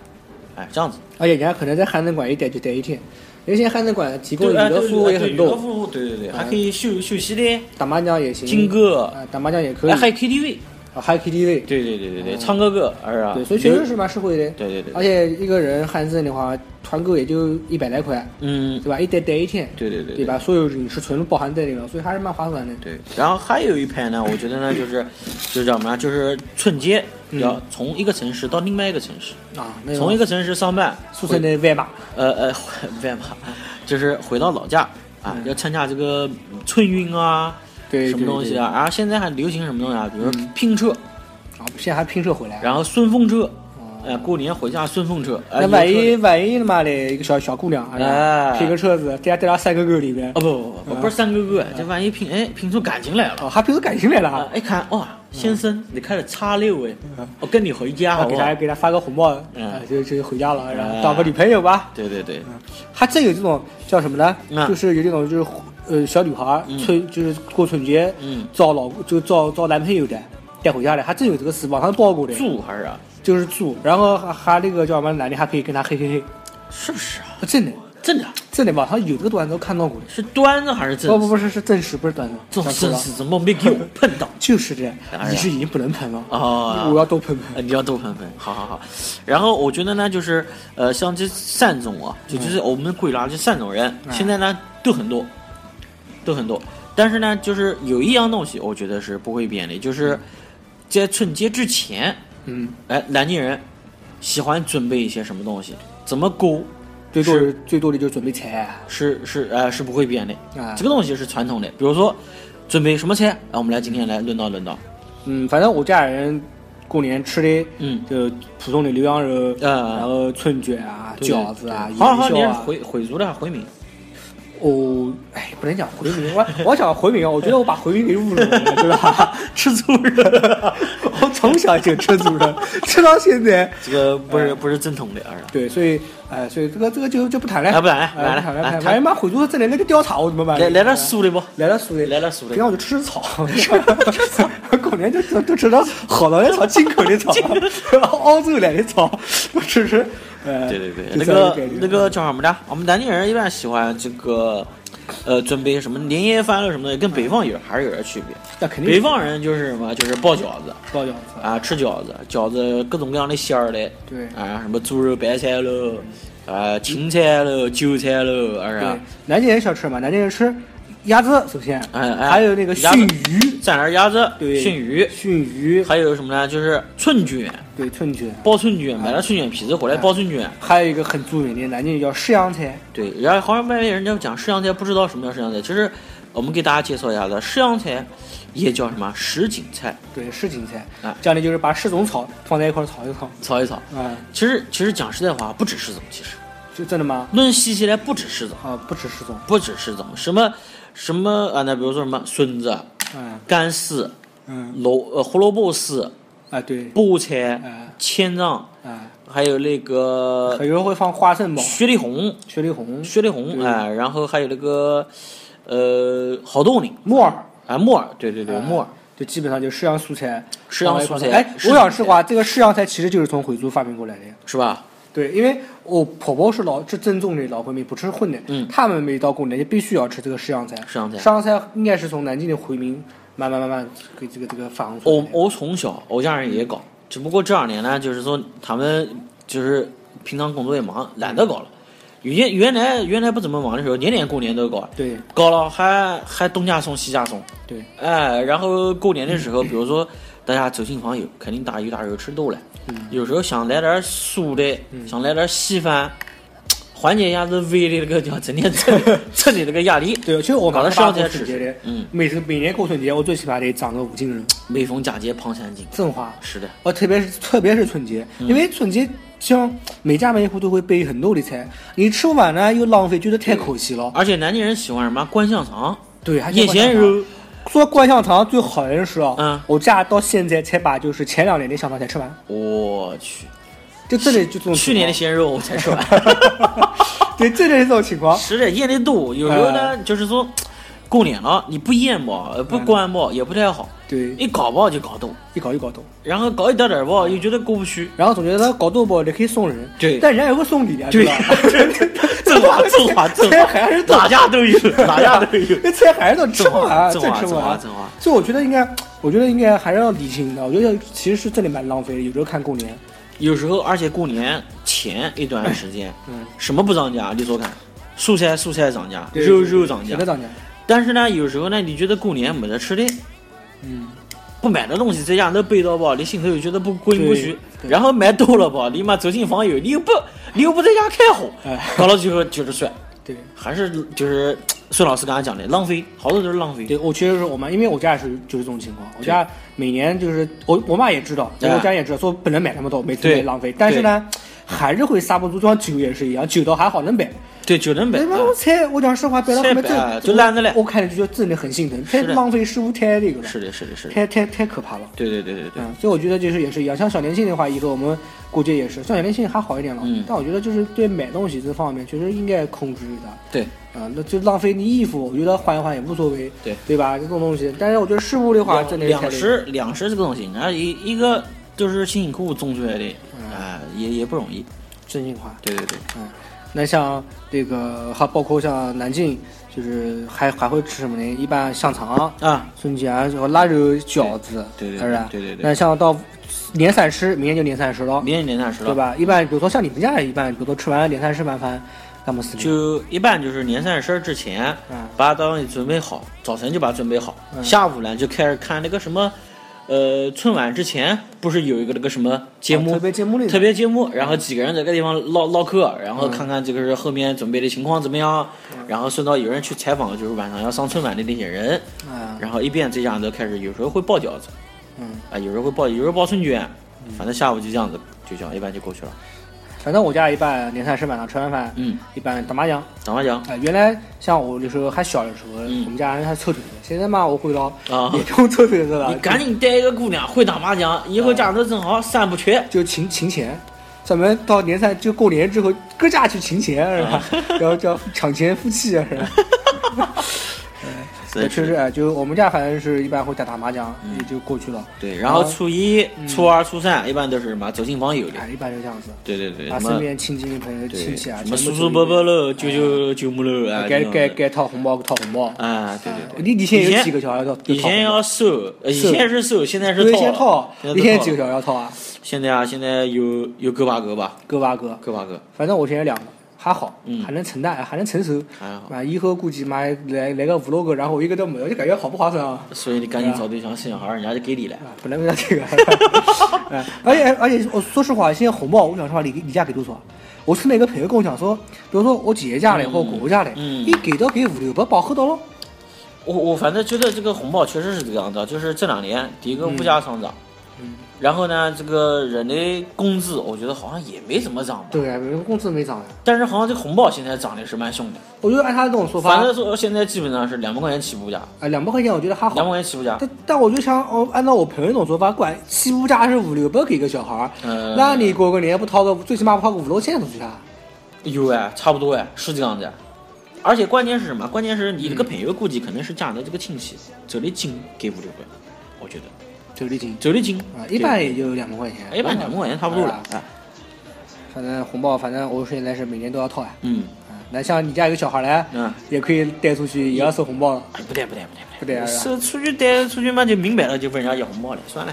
C: 哎，这样子。
B: 而且人家可能在汗蒸馆一待就待一天，因为现在汗蒸馆提供
C: 对，
B: 的
C: 哎
B: 娱乐
C: 对
B: 服务也
C: 对
B: 很嗯
C: 娱乐
B: 多，
C: 服务，对对对，还可以休休息的，
B: 打麻将也行，
C: 听歌，
B: 啊，打麻将也可以
C: 哎，，还有 KTV，
B: 啊，还有 KTV，
C: 对对对对对，唱个歌，哎呀，
B: 对，所以确实是蛮啊实惠的。
C: 对对对
B: 而且一个人汗蒸的话，团购也就一百来块，
C: 嗯
B: 对，吧？一待待一天，
C: 对对对
B: 对吧？所有饮食全部包含在里了，所以还是蛮划算的。
C: 对，然后还有一派呢，我觉得呢，就是就是叫什么呢？就是春节
B: 嗯
C: 要从一个城市到另外一个城市，
B: 啊，那
C: 从一
B: 个
C: 个城市上班，
B: 俗称的外码，
C: 呃呃， 回外嘛，就是回到老家啊，要参加这个春运
B: 嗯
C: 啊，
B: 对嗯
C: 什么东西？啊？然后现在还流行什么东西啊？比如说拼车，
B: 对对啊，现在还拼车回来，
C: 然后顺风车，
B: 啊
C: 哎，过年回家顺风车，哎，
B: 那万
C: 有车
B: 一万一他妈的一个小小姑娘，
C: 哎
B: 拼个车子，再带俩三个狗里边
C: 啊，不不不不，
B: 嗯
C: 不是三哥哥，这万一拼哎拼出感情来了，
B: 哦，还拼出感情来了
C: 啊
B: 啊，
C: 一看哇，先生你开了叉六哎，我跟你回家
B: 嗯
C: 好
B: 啊给
C: 不啊好
B: 他？给他发个红包，
C: 嗯
B: 啊就就回家了，然后
C: 哎
B: 当个女朋友吧。
C: 对对对，
B: 还真有这种叫什么呢
C: 嗯？
B: 就是有这种就是呃小女孩儿春就是过春节
C: 嗯，
B: 找老就找找男朋友的带回家的，还真有这个事，网上报过的，
C: 住还是啊？
B: 就是住，然后还还那个叫什么男的还可以跟他嘿嘿嘿，
C: 是不是啊？
B: 真的
C: 真的啊
B: 真的网上有这个段子我看到过的。
C: 是端着还是
B: 不
C: 正
B: 不
C: 着？
B: 不是是真实不是段子，
C: 这种
B: 想错
C: 真
B: 了
C: 是怎么没给我碰到
B: 就是这样
C: 当，然
B: 你是已经不能喷了
C: 啊？
B: 我要多喷喷。
C: 呃，你要多喷喷，好好好。然后我觉得呢，就是呃，像这三种啊，就就是我们贵拉这三种人，
B: 嗯
C: 现在呢都很多，都很多。但是呢，就是有一样东西，我觉得是不会变的，就是在春节之前，
B: 嗯，
C: 哎，南京人喜欢准备一些什么东西，怎么勾
B: 最多的最多的就是准备菜
C: 是是呃是不会变的。
B: 啊
C: 这。个东西是传统的，比如说准备什么菜，啊，我们来今天来论到论到，
B: 嗯，反正我家人过年吃的
C: 嗯，
B: 就普通的牛羊肉，
C: 嗯
B: 然后春卷啊、
C: 对
B: 饺子啊、
C: 对
B: 元
C: 好好，你
B: 宵
C: 是
B: 啊。
C: 回回族的还是回民？
B: 哦，哎，不能讲回民，我我想回民啊，我觉得我把回民给侮辱了，对 吧？
C: 吃猪肉，
B: 我从小就吃猪肉， 吃到现在。
C: 这个不是不是正统的，啊儿子。
B: 对，所以哎、所以这个这个就就不谈了，
C: 哎不谈了
B: 哎
C: 来了
B: 不谈了，
C: 来
B: 不谈了
C: 谈
B: 万一妈回族真的那个调查我怎么办？
C: 来来点素的不？
B: 来了苏的，
C: 来点素
B: 平常
C: 的，
B: 我就吃草， 过年就都都吃到好的那草，进口的草，澳洲来的草，我吃吃。呃，
C: 对对对，
B: 就
C: 那
B: 这样
C: 个啊
B: 一感觉
C: 那个叫什么的？我们南京人一般喜欢这个，呃，准备什么年夜饭啊了什么的，跟北方有还是有点区别。
B: 那肯定
C: 北方人就是什么，就是包饺子
B: 包饺子，
C: 啊，吃饺子，饺子各种各样的馅儿的，
B: 对
C: 啊，什么猪肉白菜喽，啊，芹菜喽，韭菜喽，是啊吧
B: 对？，南京人少吃嘛，南京人吃鸭子，首先，
C: 哎哎
B: 还有那个
C: 鸭
B: 熏
C: 子
B: 鱼，
C: 蘸点鸭子，
B: 对，
C: 熏鱼，
B: 熏鱼，
C: 还有什么呢？就是春卷，
B: 对，春卷，
C: 包春卷，买了春卷皮子回来
B: 啊
C: 包春卷。
B: 还有一个很著名的南京叫式样菜，
C: 对，然后好像外面人家讲式样菜不知道什么叫式样菜，其实我们给大家介绍一下子，式样菜也叫什么什锦菜，
B: 对，什锦菜
C: 啊，
B: 讲的就是把十种草放在一块儿炒一炒，
C: 炒一炒。
B: 啊，
C: 其实其实讲实在话，不止十种，其实
B: 就真的吗？
C: 论细起来不止十种，
B: 啊，不止十种，
C: 不止十种，什么什么啊？那比如说什么笋子、
B: 嗯
C: 干丝、
B: 嗯，
C: 萝呃胡萝卜丝、
B: 啊，对，
C: 菠菜、
B: 啊
C: 千张，
B: 啊。
C: 还有那个
B: 有时候会放花生毛、
C: 雪里红、
B: 雪里红、
C: 雪里红
B: 对
C: 哎，然后还有那个呃好豆泥
B: 木耳、
C: 啊木耳，对对对
B: 哎
C: 木耳。，
B: 就基本上就是式样蔬菜。
C: 式样蔬菜
B: 哎，
C: 式
B: 我
C: 样
B: 想
C: 蔬
B: 是
C: 菜
B: 话，这个式样菜其实就是从回族发明过来的。
C: 是吧？
B: 对，因为我婆婆是老是正宗的老回民，不吃荤的。
C: 嗯
B: 他们每到过年就必须要吃这个式样菜。
C: 式样菜
B: 式样菜应该是从南京的回民慢慢慢慢给这个这个发扬出
C: 我
B: 来的。
C: 我从小我家人也搞，只不过这两年呢，就是说他们就是平常工作也忙，懒得搞了。原原来原来不怎么忙的时候，年年过年都搞，
B: 对
C: 搞了还还东家送西家送，
B: 对，
C: 哎，然后过年的时候，比如说大家走亲访友，肯定大鱼大肉吃多了，有时候想来点素的，想来点稀饭，缓解一下子胃的那个叫整天 蹭蹭的那个压力。
B: 对，其实我
C: 搞
B: 们
C: 得
B: 是过
C: 上菜
B: 春节
C: 吃
B: 的，
C: 嗯，
B: 每次每年过春节，我最起码得长个五斤肉，
C: 每逢佳节胖三斤，
B: 正话。
C: 是的，
B: 哦，特别是特别是春节，
C: 嗯
B: 因为春节像每家每户都会备很多的菜，你吃完呢又浪费，觉得太可惜了。
C: 而且南京人喜欢什么灌香肠。
B: 对，还
C: 叶
B: 咸
C: 咸肉。
B: 说灌香肠最好的是啊，
C: 嗯
B: 我家到现在才把就是前两年的香肠才吃完，
C: 我去，
B: 就真的就这种情况
C: 去年的鲜肉我才 吃完，
B: 对，真的是这种情况。
C: 吃的咽的多。有时候呢，就是说，过年了，你不咽吧，呃不管吧，也不太好，
B: 对，
C: 一搞吧就搞动，
B: 一搞一搞懂，
C: 然后搞一点点吧，又觉得过不去。
B: 然后总觉得搞豆包你可以送人，
C: 对
B: 但人家也会送礼啊，
C: 对
B: 吧？
C: 正话正话正
B: 菜
C: 话，
B: 还是
C: 哪家都有，哪家都有。
B: 那菜还是能吃不完，
C: 正
B: 真
C: 话
B: 吃
C: 正
B: 不
C: 话
B: 完，
C: 正话。
B: 所以我觉得应该，我觉得应该还是要理性的。我觉得其实是真的蛮浪费的，有时候看过年，
C: 有时候，而且过年前一段时间，
B: 嗯，
C: 什么不涨价？你说看，蔬菜蔬菜涨价，
B: 对
C: 肉肉涨价
B: 谁在，涨价？
C: 但是呢，有时候呢，你觉得过年没得吃的，
B: 嗯，
C: 不买的东西在家都背到吧，你心头又觉得不过意不去，
B: 对对
C: 然后买多了吧，你妈走亲访友，你又不你又不在家开火
B: 哎，
C: 搞到最后就是摔，
B: 对，
C: 还是就是孙老师刚才讲的浪费，好多都是浪费。
B: 对我其实是我妈，因为我家也是就是这种情况，我家每年就是我我妈也知道，
C: 对
B: 我家也知道，说不能买那么多，每次
C: 啊对
B: 也浪费，但是呢。还是会刹不住，就像酒也是一样，酒倒还好能摆，
C: 对，九能本
B: 那，我菜我讲实话摆到后面
C: 菜摆
B: 真
C: 就烂着嘞
B: 我看着就觉得真的很心疼，太
C: 是的
B: 浪费食物，太那个了，
C: 是的，是的，是的，
B: 太太太可怕了。
C: 对对对对对，
B: 嗯，所以我觉得就是也是一样，像小年轻的话，以后我们估计也是，像小年轻还好一点了，
C: 嗯
B: 但我觉得就是对买东西这方面，确实应该控制一下。
C: 对，
B: 啊、那就浪费你衣服，我觉得换一换也无所谓，
C: 对
B: 对吧？这种东西，但是我觉得事物的话，真的是太
C: 两
B: 累
C: 食两食这个东西，然后一一个就是辛辛苦苦种出来的，啊，也也不容易。
B: 真心话。
C: 对对对，
B: 那像这个还包括像南京，就是还还会吃什么呢？一般香肠、
C: 啊，
B: 春卷、然后腊肉、饺子，
C: 对对
B: 是不是？
C: 对对对
B: 那像到年三十，明天就年三十了，
C: 明年年三十
B: 对
C: 了，
B: 吧？一般比如说像你们家，一般比如说吃完年三十晚饭，干嘛事情？
C: 就一般就是年三十之前，
B: 嗯
C: 把东西准备好，早晨就把它准备好，
B: 嗯
C: 下午呢就开始看那个什么，呃，春晚之前不是有一个那个什么节目，
B: 哦特别节目里的
C: 特别节目，然后几个人在这个地方唠唠嗑，然后看看这个是后面准备的情况怎么样，然后顺道有人去采访，就是晚上要上春晚的那些人，
B: 啊，
C: 然后一边这样子开始，有时候会包饺子，
B: 嗯，
C: 啊，有时候会包，有时候包春卷，反正下午就这样子，就哎这样一般就过去了，
B: 反正我家一般年三十晚上吃完饭，
C: 嗯，
B: 一般打麻将。
C: 打麻将
B: 啊、原来像我那时候还小的时候，
C: 嗯
B: 我们家人还凑腿子，现在嘛我会了，
C: 啊
B: 也。不用凑腿子了，
C: 你赶紧带一个姑娘会打麻将，以后家头正好三不缺。
B: 就勤勤钱，专门到年三就过年之后各家去勤钱是吧？
C: 啊
B: 然后叫抢钱夫妻啊是吧？
C: 是嗯
B: 确实，哎，就我们家反正是一般会打打麻将，也就过去了，
C: 对，然后
B: 然后
C: 初一、
B: 嗯
C: 初二、初三一般都是什么走亲访友的
B: 哎，，一般就这样子，
C: 对对对，
B: 把
C: 什
B: 身
C: 么
B: 边亲戚朋友亲
C: 对
B: 戚啊，
C: 什么
B: 全部
C: 叔叔
B: 都
C: 伯伯喽、舅舅舅母喽啊，
B: 该
C: 这种
B: 该
C: 的
B: 该掏红包掏红包。
C: 啊，对对对。
B: 你你现在有几个小孩要
C: 以前要收，呃以
B: 收
C: 前是收，现在是
B: 对，
C: 掏
B: 先
C: 了
B: 掏，
C: 现在
B: 你现在
C: 都掏
B: 啊几个
C: 了
B: 小孩要掏啊？
C: 现在啊，现在有有个把个吧，
B: 哥八哥，
C: 个把个
B: 反正我现在两个还好，
C: 嗯
B: 还能承担，还能承受。
C: 还好。
B: 啊，以后估计妈来来个五六个，然后我一个都没有，就感觉好不划算啊！
C: 所以你赶紧找对象生小孩，人家就给你了。
B: 啊，本来为啥这个？ 哎，而且而且，我说实话，现在红包，我讲实话，你你家给多少？我身边一个朋友跟我讲说，比如说我姐姐家里或者姑姑家里，
C: 嗯
B: 一给到给五六百，保厚到了。
C: 我我反正觉得这个红包确实是这个样子啊，就是这两年第一个物价上涨，
B: 嗯
C: 然后呢，这个人的工资我觉得好像也没怎么涨吧，
B: 对，工资没涨呀。
C: 但是好像这个红包现在涨的是蛮凶的，
B: 我觉得按他这种说
C: 反
B: 法
C: 正，说现在基本上是两百块钱起步价，
B: 啊，两百块钱我觉得还
C: 两百
B: 好。
C: 块钱起步价，
B: 但但我就想，哦，按照我朋友那种说法，管起步价是五六百给个小孩儿，
C: 呃，
B: 那你过个年不掏个，最起码不掏个五六千出去啊？
C: 有哎，差不多哎，是这样子哎，而且关键是什么？关键是你这
B: 嗯
C: 个朋友估计可能是家里的这个亲戚走得近给五六百，我觉得
B: 走礼金
C: 走得近
B: 啊，一般
C: 给
B: 也就两百块钱，
C: 一般两百块钱差不多了
B: 啊，
C: 哎，
B: 反正红包，反正我现在是每年都要掏呀。
C: 嗯
B: 啊那像你家有小孩来，
C: 嗯。
B: 也可以带出去，也要收红包了。
C: 哎，不对不对不对
B: 不对啊
C: 是出去带出去嘛就明白了，就问人家要红包了，算了，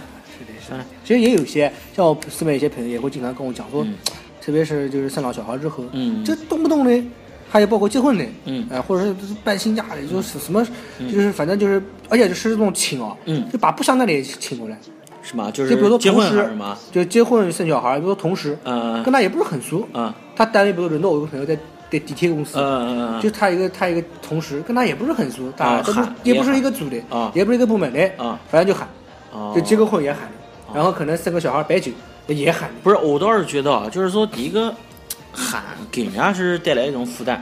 C: 算了，
B: 其实也有些像我身边有些朋友也会经常跟我讲说
C: 嗯，
B: 特别是就是生了小孩之后，
C: 嗯
B: 这动不动的，还有包括结婚的，
C: 嗯
B: 哎，或者是办新家的，就是什么，就是反正就是，而且就是这种请啊，
C: 嗯
B: 就把不相干的也请过来，
C: 是吗？就是
B: 就比如说
C: 结
B: 同
C: 婚还
B: 时
C: 是吗？，
B: 就结婚生小孩，比如说同时，
C: 嗯
B: 跟他也不是很熟，
C: 嗯
B: 他单位比如说轮到我一个朋友在在地铁公司，
C: 嗯
B: 就
C: 嗯
B: 他一个他一个同事，跟他也不是很熟，大
C: 啊
B: 家都不
C: 喊
B: 也不
C: 也
B: 是
C: 喊
B: 一个组的
C: 啊，
B: 也不是一个部门的
C: 啊，
B: 反正就喊，
C: 嗯，
B: 就结
C: 个
B: 个婚也喊，然后可能生个小孩摆酒也喊，
C: 不是，我倒是觉得啊，就是说第一个喊给人家是带来一种负担，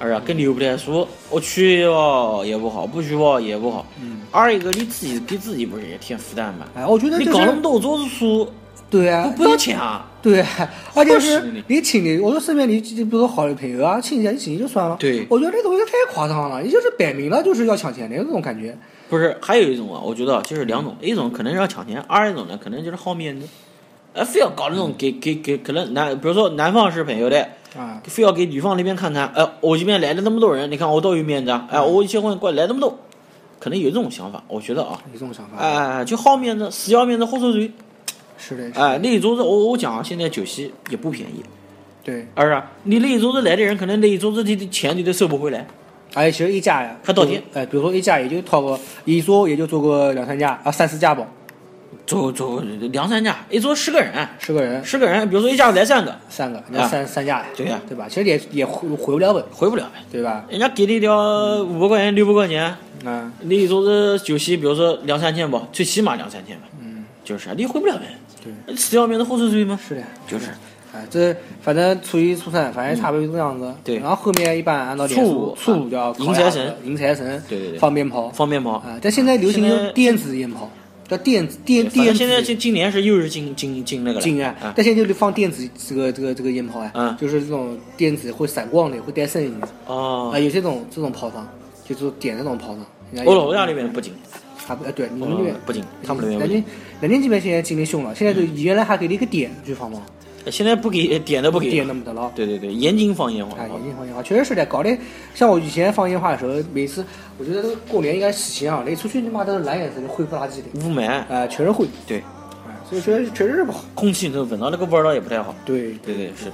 C: 哎呀，跟你又不太熟，我去吧也不好，不去吧也不好。
B: 嗯，
C: 二一个你自己给自己不是也添负担吗？
B: 哎，我觉得
C: 你
B: 这
C: 搞那
B: 是
C: 么多做数，
B: 对
C: 不
B: 啊，
C: 不要钱啊？
B: 对啊，而且
C: 不
B: 是
C: 是
B: 你请的，我说身边你比如说好的朋友啊、亲戚啊，你请就算了，
C: 对
B: 我觉得这东西太夸张了，你就是摆明了就是要抢钱的这种感觉，
C: 不是，还有一种啊，我觉得啊就是两种，一种可能是要抢钱，二一种呢可能就是好面子，呃，非要搞那种给给给，可能男，比如说男方是朋友的，
B: 啊，
C: 非要给女方那边看看，哎、我这边来了那么多人，你看我多有面子啊，哎、我一结婚过来来那么多，可能有这种想法，我觉得啊，
B: 有这种想法，
C: 哎、就好面子，死要面子活受罪，
B: 是的，是的
C: 哎、那一桌子我我讲啊，现在酒席也不便宜，
B: 对，
C: 二啊，你那一桌子来的人，可能那一桌子的的钱你都收不回来，
B: 而哎且其实一家呀，呃
C: 还倒贴
B: 哎，比如说一家也就掏个一桌也就做个两三家啊，三四家吧，
C: 走走两三家，一桌十个人，
B: 十个人
C: 十个人，比如说一家子来三个，
B: 三个，那三三家呀，
C: 对呀
B: 对吧？其实也也回回不了本，
C: 回不了呗。
B: 对吧？
C: 人家给你了五百块钱、六百块钱，
B: 嗯，
C: 你一桌子酒席，比如说两三千吧，最起码两三千呗。
B: 嗯，
C: 就是啊，你回不了呗。
B: 对，
C: 死要面子活受罪吗？
B: 是的，
C: 就是
B: 哎，这反正初一、初三，反正差不多就这样子。
C: 对
B: 然后后面一般按照年
C: 初
B: 数
C: 五，
B: 初五就要
C: 迎财神
B: 烤鸭子迎财神，
C: 对对对
B: 放鞭炮
C: 放鞭炮。
B: 啊。但现在流行
C: 现在
B: 用电子烟炮，叫电子电
C: 反
B: 电
C: 正现在
B: 子
C: 今今年是又是进进进那个了。
B: 禁啊
C: 啊，
B: 但现在就放电子这个这个这个烟炮
C: 嗯
B: 啊，就是这种电子会闪光的，会带声音的
C: 哦
B: 啊，，有这种这种炮仗，就是点这种炮仗。人家
C: 我
B: 也
C: 老家那边不进，
B: 啊不，哎对，你
C: 我
B: 们
C: 老
B: 那
C: 家
B: 边
C: 嗯不进，他们那边
B: 南
C: 不嗯进。
B: 京南京这边现在进的凶了，现在就原来还给你一个点去放嘛，
C: 哎现在不给 点都不给哦
B: 点。都没得了。
C: 对对对，严禁放烟花
B: 啊，。眼睛放烟花确实是的，搞得像我以前放烟花的时候，每次我觉得这个过年应该洗钱啊，你出去他妈都是蓝眼神、灰不拉几的，
C: 雾霾，
B: 啊、全是灰，
C: 对，
B: 啊，所以确实确实是不好。
C: 空气中闻到那个味儿道也不太好。
B: 对
C: 对对是的。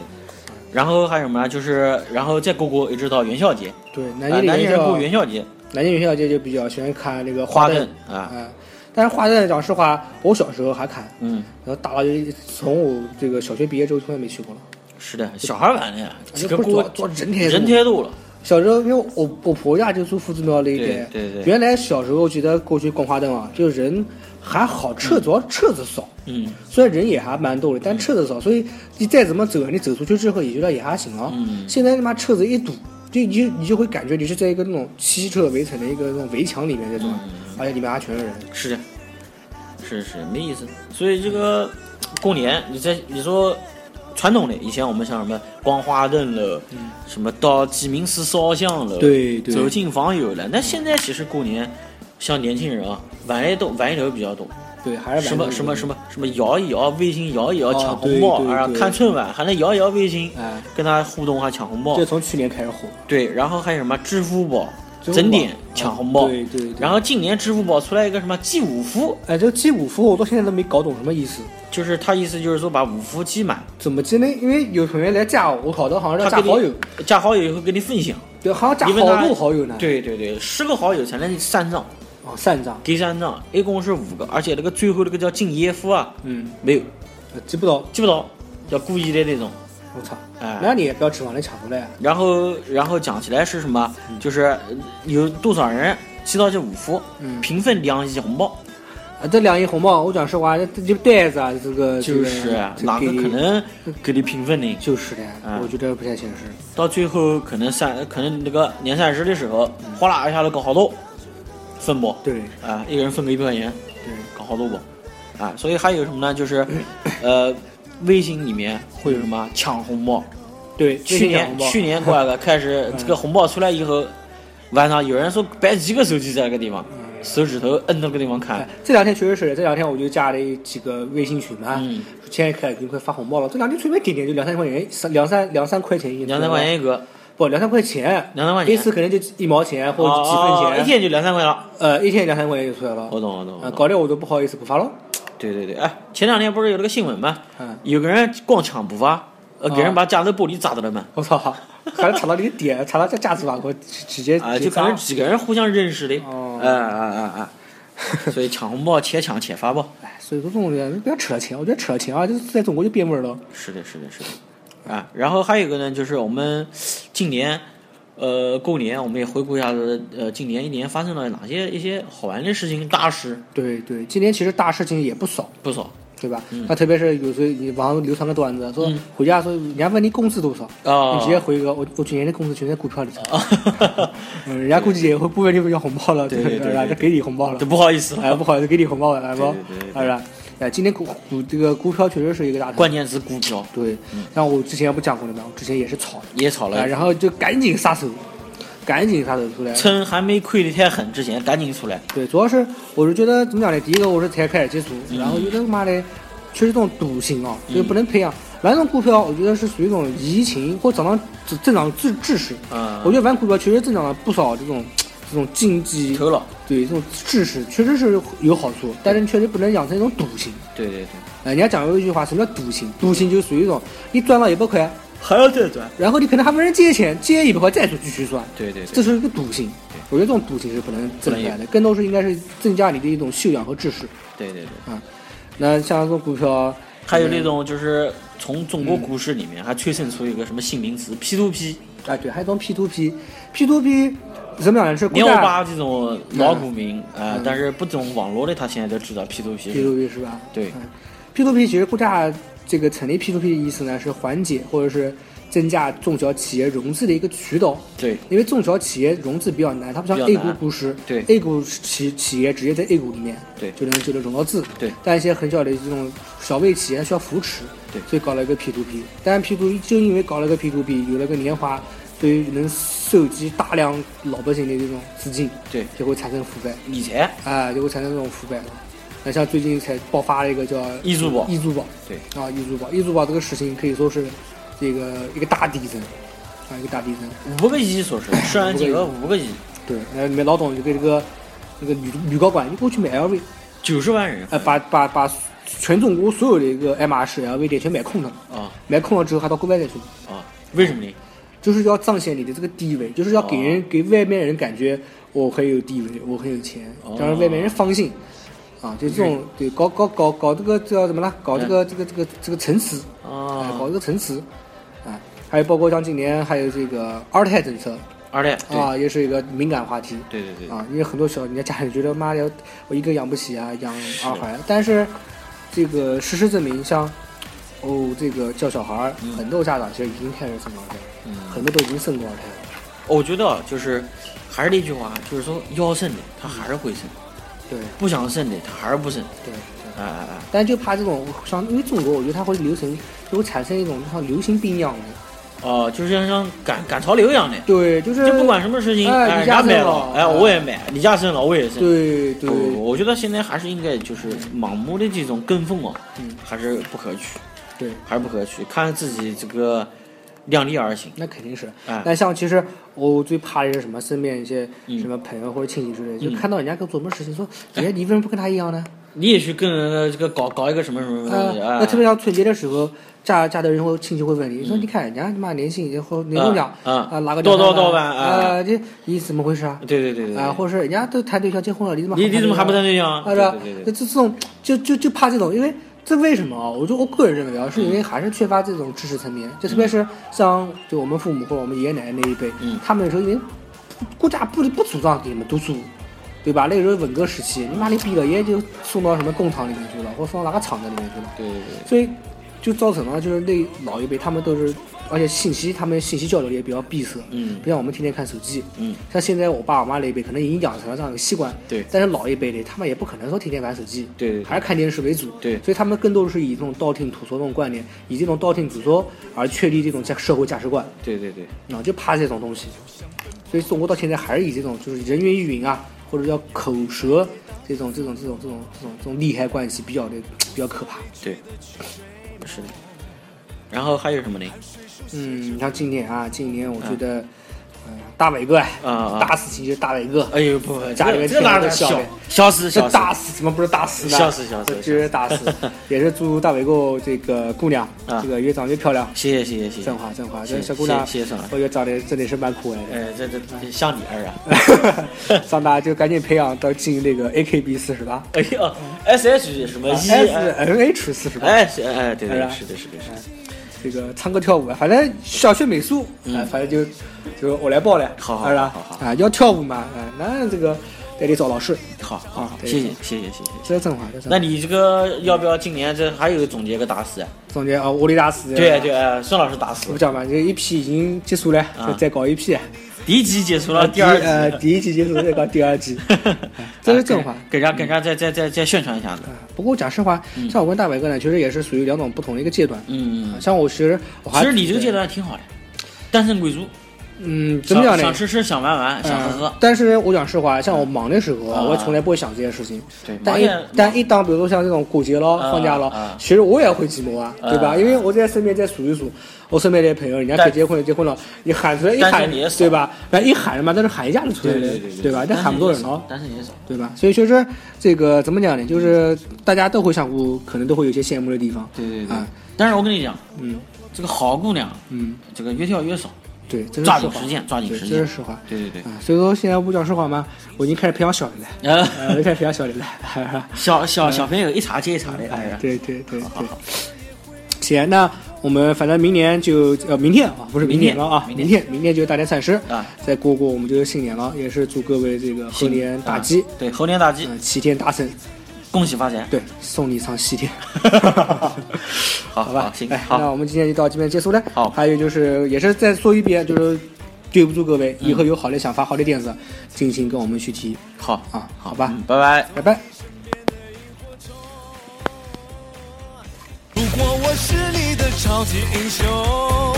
C: 然后还有什么呢？就是然后再过过一直到元宵节，
B: 对，南
C: 啊，
B: 京
C: 南京人
B: 人
C: 过元宵节，
B: 南京元宵节就比较喜欢看那个
C: 花
B: 灯
C: 灯
B: 啊、
C: 啊，
B: 但是花灯讲实话，我小时候还看，
C: 嗯，
B: 然后大了从我这个小学毕业之后从来没去过了，
C: 是的，小孩玩的呀，这
B: 就
C: 个
B: 不是
C: 过
B: 做哎做人天
C: 人太多了，
B: 小时候，因为我我婆家就住夫子庙那一带，
C: 对对对
B: 原来小时候觉得过去逛花灯啊，就人还好，车主要车子少，
C: 嗯
B: 虽然人也还蛮多的，但车子少，所以你再怎么走，你走出去之后也觉得也还行啊。
C: 嗯
B: 现在他妈车子一堵，就你就你就会感觉你是在一个那种汽车围成的一个那种围墙里面这种，
C: 嗯，
B: 而且里面还全是人。
C: 是的，是是没意思。所以这个过年，你在你说传统的，以前我们像什么光花灯了，什么到鸡鸣寺烧香了，
B: 嗯对对
C: 走进访友了。那现在其实过年，像年轻人啊，玩一头玩一头比较多，
B: 对，还是
C: 什么什么什么什么摇一摇微信，摇一摇
B: 哦
C: 抢红包
B: 对对
C: 啊，
B: 对
C: 看春晚还能摇一摇微信，
B: 哎，
C: 跟他互动还抢红包
B: 这。从去年开始火，
C: 对，然后还有什么支付宝
B: 支付宝啊
C: 整点抢红包，
B: 对对对
C: 然后今年支付宝出来一个什么祭五福，
B: 哎，这个祭五福我到现在都没搞懂什么意思，
C: 就是他意思就是说把五福积满，
B: 怎么记呢？因为有同学来加我，我靠，都好像
C: 他
B: 要加
C: 给你
B: 好友，啊
C: 加好友以后给你分享，
B: 对，好像加
C: 你问他
B: 好多好友呢。
C: 对对对，十个好友才能三张，
B: 哦，三张，
C: 给三张，一共是五个，而且那个最后那个叫敬耶夫啊，
B: 嗯，
C: 没有
B: 记不到，
C: 记不到，要故意的那种，
B: 我操，
C: 哎
B: 那你也不要指望能抢出来啊。
C: 然后然后讲起来是什么，就是呃有多少人集到这五福，
B: 嗯
C: 平分两亿红包，
B: 啊，这两亿红包，我讲实话，这这就袋子啊，这个这
C: 就
B: 个
C: 是啊
B: 这
C: 哪个
B: 给
C: 可能给你平分呢？
B: 就是的，
C: 嗯
B: 我觉得不太现实。
C: 到最后可能三，可能那个年三十的时候，哗啦一下子搞好多，分包，
B: 对
C: 啊，一个人分个一百块钱，
B: 对，
C: 搞好多包，啊，所以还有什么 呢？就是，呃，微信里面会有什么抢红包？
B: 对，
C: 去
B: 这
C: 年
B: 个红包嗯
C: 去年过来了，开始这个红包出来以后，晚上有人说摆几个手机在那个地方，
B: 嗯
C: 手指头摁那个地方看
B: 哎，这两天确实是的，这两天我就加了几个微信群嘛
C: 嗯，
B: 现在开始就快发红包了，这两天随便点点就两三块钱，三两三两三块钱一个，
C: 两三块钱一个，
B: 不两三块钱，
C: 两三块钱
B: 一次可能就一毛钱或者
C: 哦
B: 几
C: 哦哦
B: 分
C: 一哦
B: 钱，
C: 天就两三块了。
B: 呃，一天两三块钱就出来了
C: 我，懂，我懂，我
B: 啊，
C: 懂
B: 搞得我都不好意思不发了。
C: 对对对，哎，前两天不是有那个新闻吗？
B: 嗯
C: 有个人光抢不发，呃，给人
B: 啊
C: 把家里玻璃砸到了嘛。
B: 我操，还能查到你的点，查到这价值吧，我直直接
C: 啊，
B: 直
C: 就
B: 接
C: 可
B: 砸
C: 能几个人互相认识的，
B: 哦
C: 啊啊啊 啊！所以抢红包且抢且发吧。
B: 哎，所以说这种人不要扯钱，我觉得扯钱啊，就是在中国就变味儿了。
C: 是的，是的，是的。啊，然后还有一个呢，就是我们今年，呃，过年我们也回顾一下子，呃，今年一年发生了哪些一些好玩的事情、大事
B: 对对，今年其实大事情也不少，
C: 不少
B: 对吧？
C: 嗯
B: 那、特别是有时候你网上流传个段子，说回家说人家问你工资多少，
C: 啊
B: 你直接回一个我我去年的工资全在股票里头，
C: 啊，
B: 嗯，人家估计也会不问你要红包了，
C: 对对对
B: 吧？就
C: 对
B: 给你红包了
C: 就，不好意思
B: 哎，
C: 了。
B: 不好意思，给你红包了，来不
C: 对对对对？
B: 当然，哎，今年股股这个股票确实是一个大事
C: 关键嗯词股票
B: 对，像我之前不讲过了吗？我之前也是炒
C: 也炒
B: 的，哎，
C: 了，
B: 然后就赶紧撒手，赶紧撒手出来，
C: 趁还没亏得太狠之前，赶紧出来。
B: 对，主要是我是觉得怎么讲呢？第一个我是才开始接触，然后觉得妈的，确实这种赌性啊，就不能培养。玩这种股票，我觉得是属于一种移情或长长正正常知知识。
C: 嗯
B: 我觉得玩股票确实增长了不少这种这种竞技，
C: 头脑，
B: 对这种知识确实是有好处，但是确实不能养成一种赌性。
C: 对对对，
B: 哎，人家讲过一句话，什么叫赌性？赌性就属于一种你赚了一百块，
C: 还要再赚。
B: 啊然后你可能还没人借钱，借一百块再去继续赚。
C: 对对
B: 这
C: 对，
B: 是一个赌性，我觉得这种赌性是不能增
C: 不能
B: 加
C: 有
B: 的，更多是应该是增加你的一种修养和知识
C: 对对对。
B: 啊。那像这种股票，
C: 还有那种就是从中国股市里面还催生出一个什么新名词 P to P，
B: 哎，对，还有一种 P to P，P to P 怎么讲呢？是啊股
C: 你要
B: 价
C: 把这种老股民啊，但是不懂网络的他现在都知道 P to
B: P
C: P 是
B: to P 是吧？
C: 对
B: 嗯 P to P 其实股价这个成立 P to P 的意思呢，是缓解或者是增加中小企业融资的一个渠道。
C: 对
B: 因为中小企业融资比较难，它不像
C: 比较
B: A 股
C: 难
B: 股市，
C: 对
B: A 股企企业直接在 A 股里面，
C: 对
B: 就能就能融到资，
C: 对
B: 但一些很小的这种小微企业需要扶持，
C: 对
B: 所以搞了一个 P to P，但 P to P 就因为搞了个 P to P，有了个年化，对于能收集大量老百姓的这种资金，
C: 对，
B: 就会产生腐败，
C: 理财
B: 啊、就会产生这种腐败了。那像最近才爆发了一个叫
C: 易租宝
B: 易租宝，
C: 对
B: 啊，易租宝，易租宝这个事情可以说是这个一个大地震，啊，一个大地震。
C: 五个亿说是涉案金额五个亿，
B: 对，那你们老董就跟这个那个女女高管就过去买 LV，
C: 九十万人
B: 呃，把把把全中国所有的一个爱马仕、LV 店全买空了，
C: 啊
B: 买空了之后还到国外再去买，
C: 啊，为什么呢？
B: 就是要彰显你的这个地位，就是要给人、给外面人感觉我很有地位，我很有钱，
C: 哦
B: 让外面人放心。啊，就这种对，搞搞搞搞这个叫什么啦？搞这个这个这个这个层次，哎搞
C: 啊，
B: 这个层次，啊，还有包括像今年还有这个二胎政策
C: 二代
B: 啊，也是一个敏感话题。
C: 对对对对，
B: 啊，因为很多小人家家里觉得妈的，我一个养不起啊，养二孩。但是这个事实证明，像哦，这个教小孩儿，很多家长其实已经开始生二胎，
C: 嗯。
B: 很多都已经生过二胎了。
C: 我觉得啊，就是还是那句话，就是说要生的他还是会生，
B: 对
C: 不想生的他还是不生。
B: 对对。
C: 哎哎哎，
B: 但就怕这种像，因为中国，我觉得它会流行，就会产生一种像流行病一样的。
C: 哦、就是像像赶赶潮流一样的，
B: 对，就是
C: 就不管什么事情，
B: 哎
C: 哎，
B: 李
C: 人家
B: 嘉诚
C: 买
B: 了
C: 了，哎，
B: 哎
C: 我也买，李嘉诚了，我也生。
B: 对对
C: 不，我觉得现在还是应该就是盲目的这种跟风啊，
B: 嗯
C: 还是不可取，
B: 对，
C: 还是不可取，看自己这个量力而行。
B: 那肯定是。
C: 哎，
B: 但像其实我最怕的是什么？身边一些
C: 嗯
B: 什么朋友或者亲戚之类的，
C: 嗯
B: 就看到人家跟做什么事情，说：“哎，你为什么不跟他一样呢？”
C: 你也去跟人家这个搞搞一个什么什么什么东西，
B: 啊，
C: 哎，
B: 那特别像春节的时候，家家的人会亲戚会问你，说你看人家他妈年薪也后年终奖
C: 嗯
B: 啊，拿个
C: 多
B: 两三
C: 多多
B: 万
C: 万啊
B: 啊，这你怎么回事啊？
C: 对对对对对
B: 啊，或者是人家都谈对象结婚了，你怎么
C: 你你怎么还不
B: 谈
C: 谈对象？
B: 对
C: 对
B: 吧
C: 对对？
B: 那
C: 对，
B: 这这种就就就怕这种，因为这为什么啊？我就我个人认为
C: 嗯
B: 啊，是因为还是缺乏这种知识层面，就特别是像就我们父母或者我们爷爷奶奶那一辈
C: 嗯，
B: 他们那时候因为国家不不主张给你们读书。对吧？那时候文革时期，你妈你毕了业就送到什么工厂里面去了，或送到哪个厂子里面去了。
C: 对对对。
B: 所以就造成了就是那老一辈他们都是，而且信息他们信息交流也比较闭塞，
C: 嗯
B: 不像我们天天看手机。
C: 嗯，
B: 像现在我爸我妈那一辈可能已经养成了这样一个习惯，
C: 对
B: 但是老一辈的他们也不可能说天天玩手机，
C: 对对对
B: 还是看电视为主，
C: 对
B: 所以他们更多的是以这种道听途说这种观念，以这种道听途说而确立这种价社会价值观，
C: 对对对，
B: 啊，就怕这种东西。所以中国到现在还是以这种就是人云亦云啊，或者叫口舌这种这种这种这种这种这种利害关系比较的比较可怕。
C: 对，是的。然后还有什么呢？
B: 嗯，像今年啊，今年我觉得，嗯，大伟哥，
C: 啊
B: 大事情就是大伟哥，
C: 哎呦不，不
B: 家里面
C: 这哪
B: 全部
C: 能
B: 都笑
C: 小
B: 脸
C: 小事
B: 这
C: 小
B: 大
C: 事，
B: 事怎么不是大事呢？
C: 笑死笑死笑死
B: 这是大事， 也是祝大伟哥这个姑娘，
C: 啊
B: 这个越长越漂亮，
C: 谢谢谢谢谢谢
B: 真。话真话，
C: 谢
B: 这小姑娘
C: 谢谢谢谢上来
B: 我觉得长得真的是蛮可爱的。
C: 哎，这这这像你二啊！
B: 上大就赶紧培养到进那个 AKB 四十八
C: 哎呦，S H 什么 E？
B: 啊，S N H 四十八，
C: 哎是哎对
B: 是
C: 对
B: 吧
C: 是的是的是的。
B: 这个唱歌跳舞，反正想学美术，哎，反正就就我来报了，
C: 嗯好好
B: 是吧
C: 好好？好
B: 啊，要跳舞嘛，哎，那这个得得找老师，
C: 好好
B: 啊
C: 好，
B: 对
C: 谢谢谢谢谢谢。
B: 这是真话，这是真话
C: 那你这个要不要今年这还有总结个大师啊？
B: 总结啊，我的大师。
C: 对，对，哎孙老师大师
B: 我，讲吧，这一批已经结束了，
C: 啊
B: 再再搞一 批。
C: 第一集结束了，第二
B: 呃，
C: 集，
B: 第一季结束再搞第二 季，哎这是正话。
C: 啊给人家给人家再再再再宣传一下子。
B: 啊不过讲实话，像我跟大伟哥呢，其实也是属于两种不同的一个阶段。啊
C: 嗯，嗯
B: 像我其实我还
C: 其实你这个阶，段挺好的，单身贵族，
B: 嗯，怎么讲
C: 想想
B: 呢？
C: 吃吃，想玩玩，想喝
B: 嗯
C: 喝。，
B: 但是我讲实话，像我忙的时候啊，
C: 嗯啊
B: 我也从来不会想这些事情。
C: 对，
B: 但
C: 忙
B: 一
C: 也
B: 但一当比如说像这种过节了、
C: 啊
B: 放假了
C: 啊，
B: 其实我也会寂寞啊，
C: 啊
B: 对吧？因为我在身边再数一数，我身边的朋友，人家该
C: 但
B: 结婚的结婚了，你喊出来一
C: 但是
B: 喊
C: 你也，少
B: 对吧？然后一喊嘛，但是喊一家子出来
C: 对
B: 了
C: 对对，
B: 对吧？那喊不多人了，
C: 但是也少。
B: 对吧？所以确实这个怎么讲呢？就是大家都会相互，可能都会有些羡慕的地方。
C: 对对对
B: 啊，
C: 但是我跟你讲，
B: 嗯
C: 这个好姑娘，
B: 嗯，
C: 这个越跳越少，
B: 对，这是
C: 抓
B: 实
C: 紧
B: 话
C: 实，践，抓紧
B: 对，
C: 实
B: 这是
C: 践。
B: 实话。
C: 对对对
B: 啊，所以说现在不讲实话嘛，我已经开始培养小人 了，
C: 啊，
B: 呃，我已经开始培养小人了。
C: 小小小朋友一茬接一茬的，哎呀，
B: 嗯对对对
C: 好好
B: 对。
C: 好，
B: 行，那我们反正明年就呃明天啊，不是
C: 明
B: 年
C: 天
B: 了啊，
C: 明
B: 明
C: 天
B: 天明天就是大年三十
C: 啊，
B: 再过过我们就是新年了，也是祝各位这个猴
C: 新
B: 年大吉，
C: 啊对，猴年大吉，
B: 嗯，齐天大圣，
C: 恭喜发财。
B: 对，送你一场西天。
C: 好
B: 好
C: 吧
B: 吧，，
C: 行
B: 哎，，那
C: 好，
B: 我们今天就到这边结束了。
C: 好
B: 还有就是也是再说一遍，就是对不住各位，以后有好的想法、好的点子，尽情跟我们去提
C: 好，
B: 啊，好吧，
C: 嗯，拜拜。
B: 拜拜。
D: 如果我是你的超级英雄，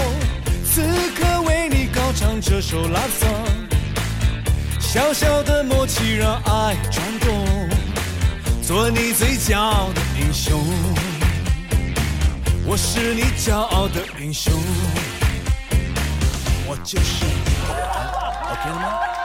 D: 此刻为你高唱这首拉桑，小小的默契让爱转动，做你最骄傲的英雄，我是你骄傲的英雄，我就是你，OK 了吗？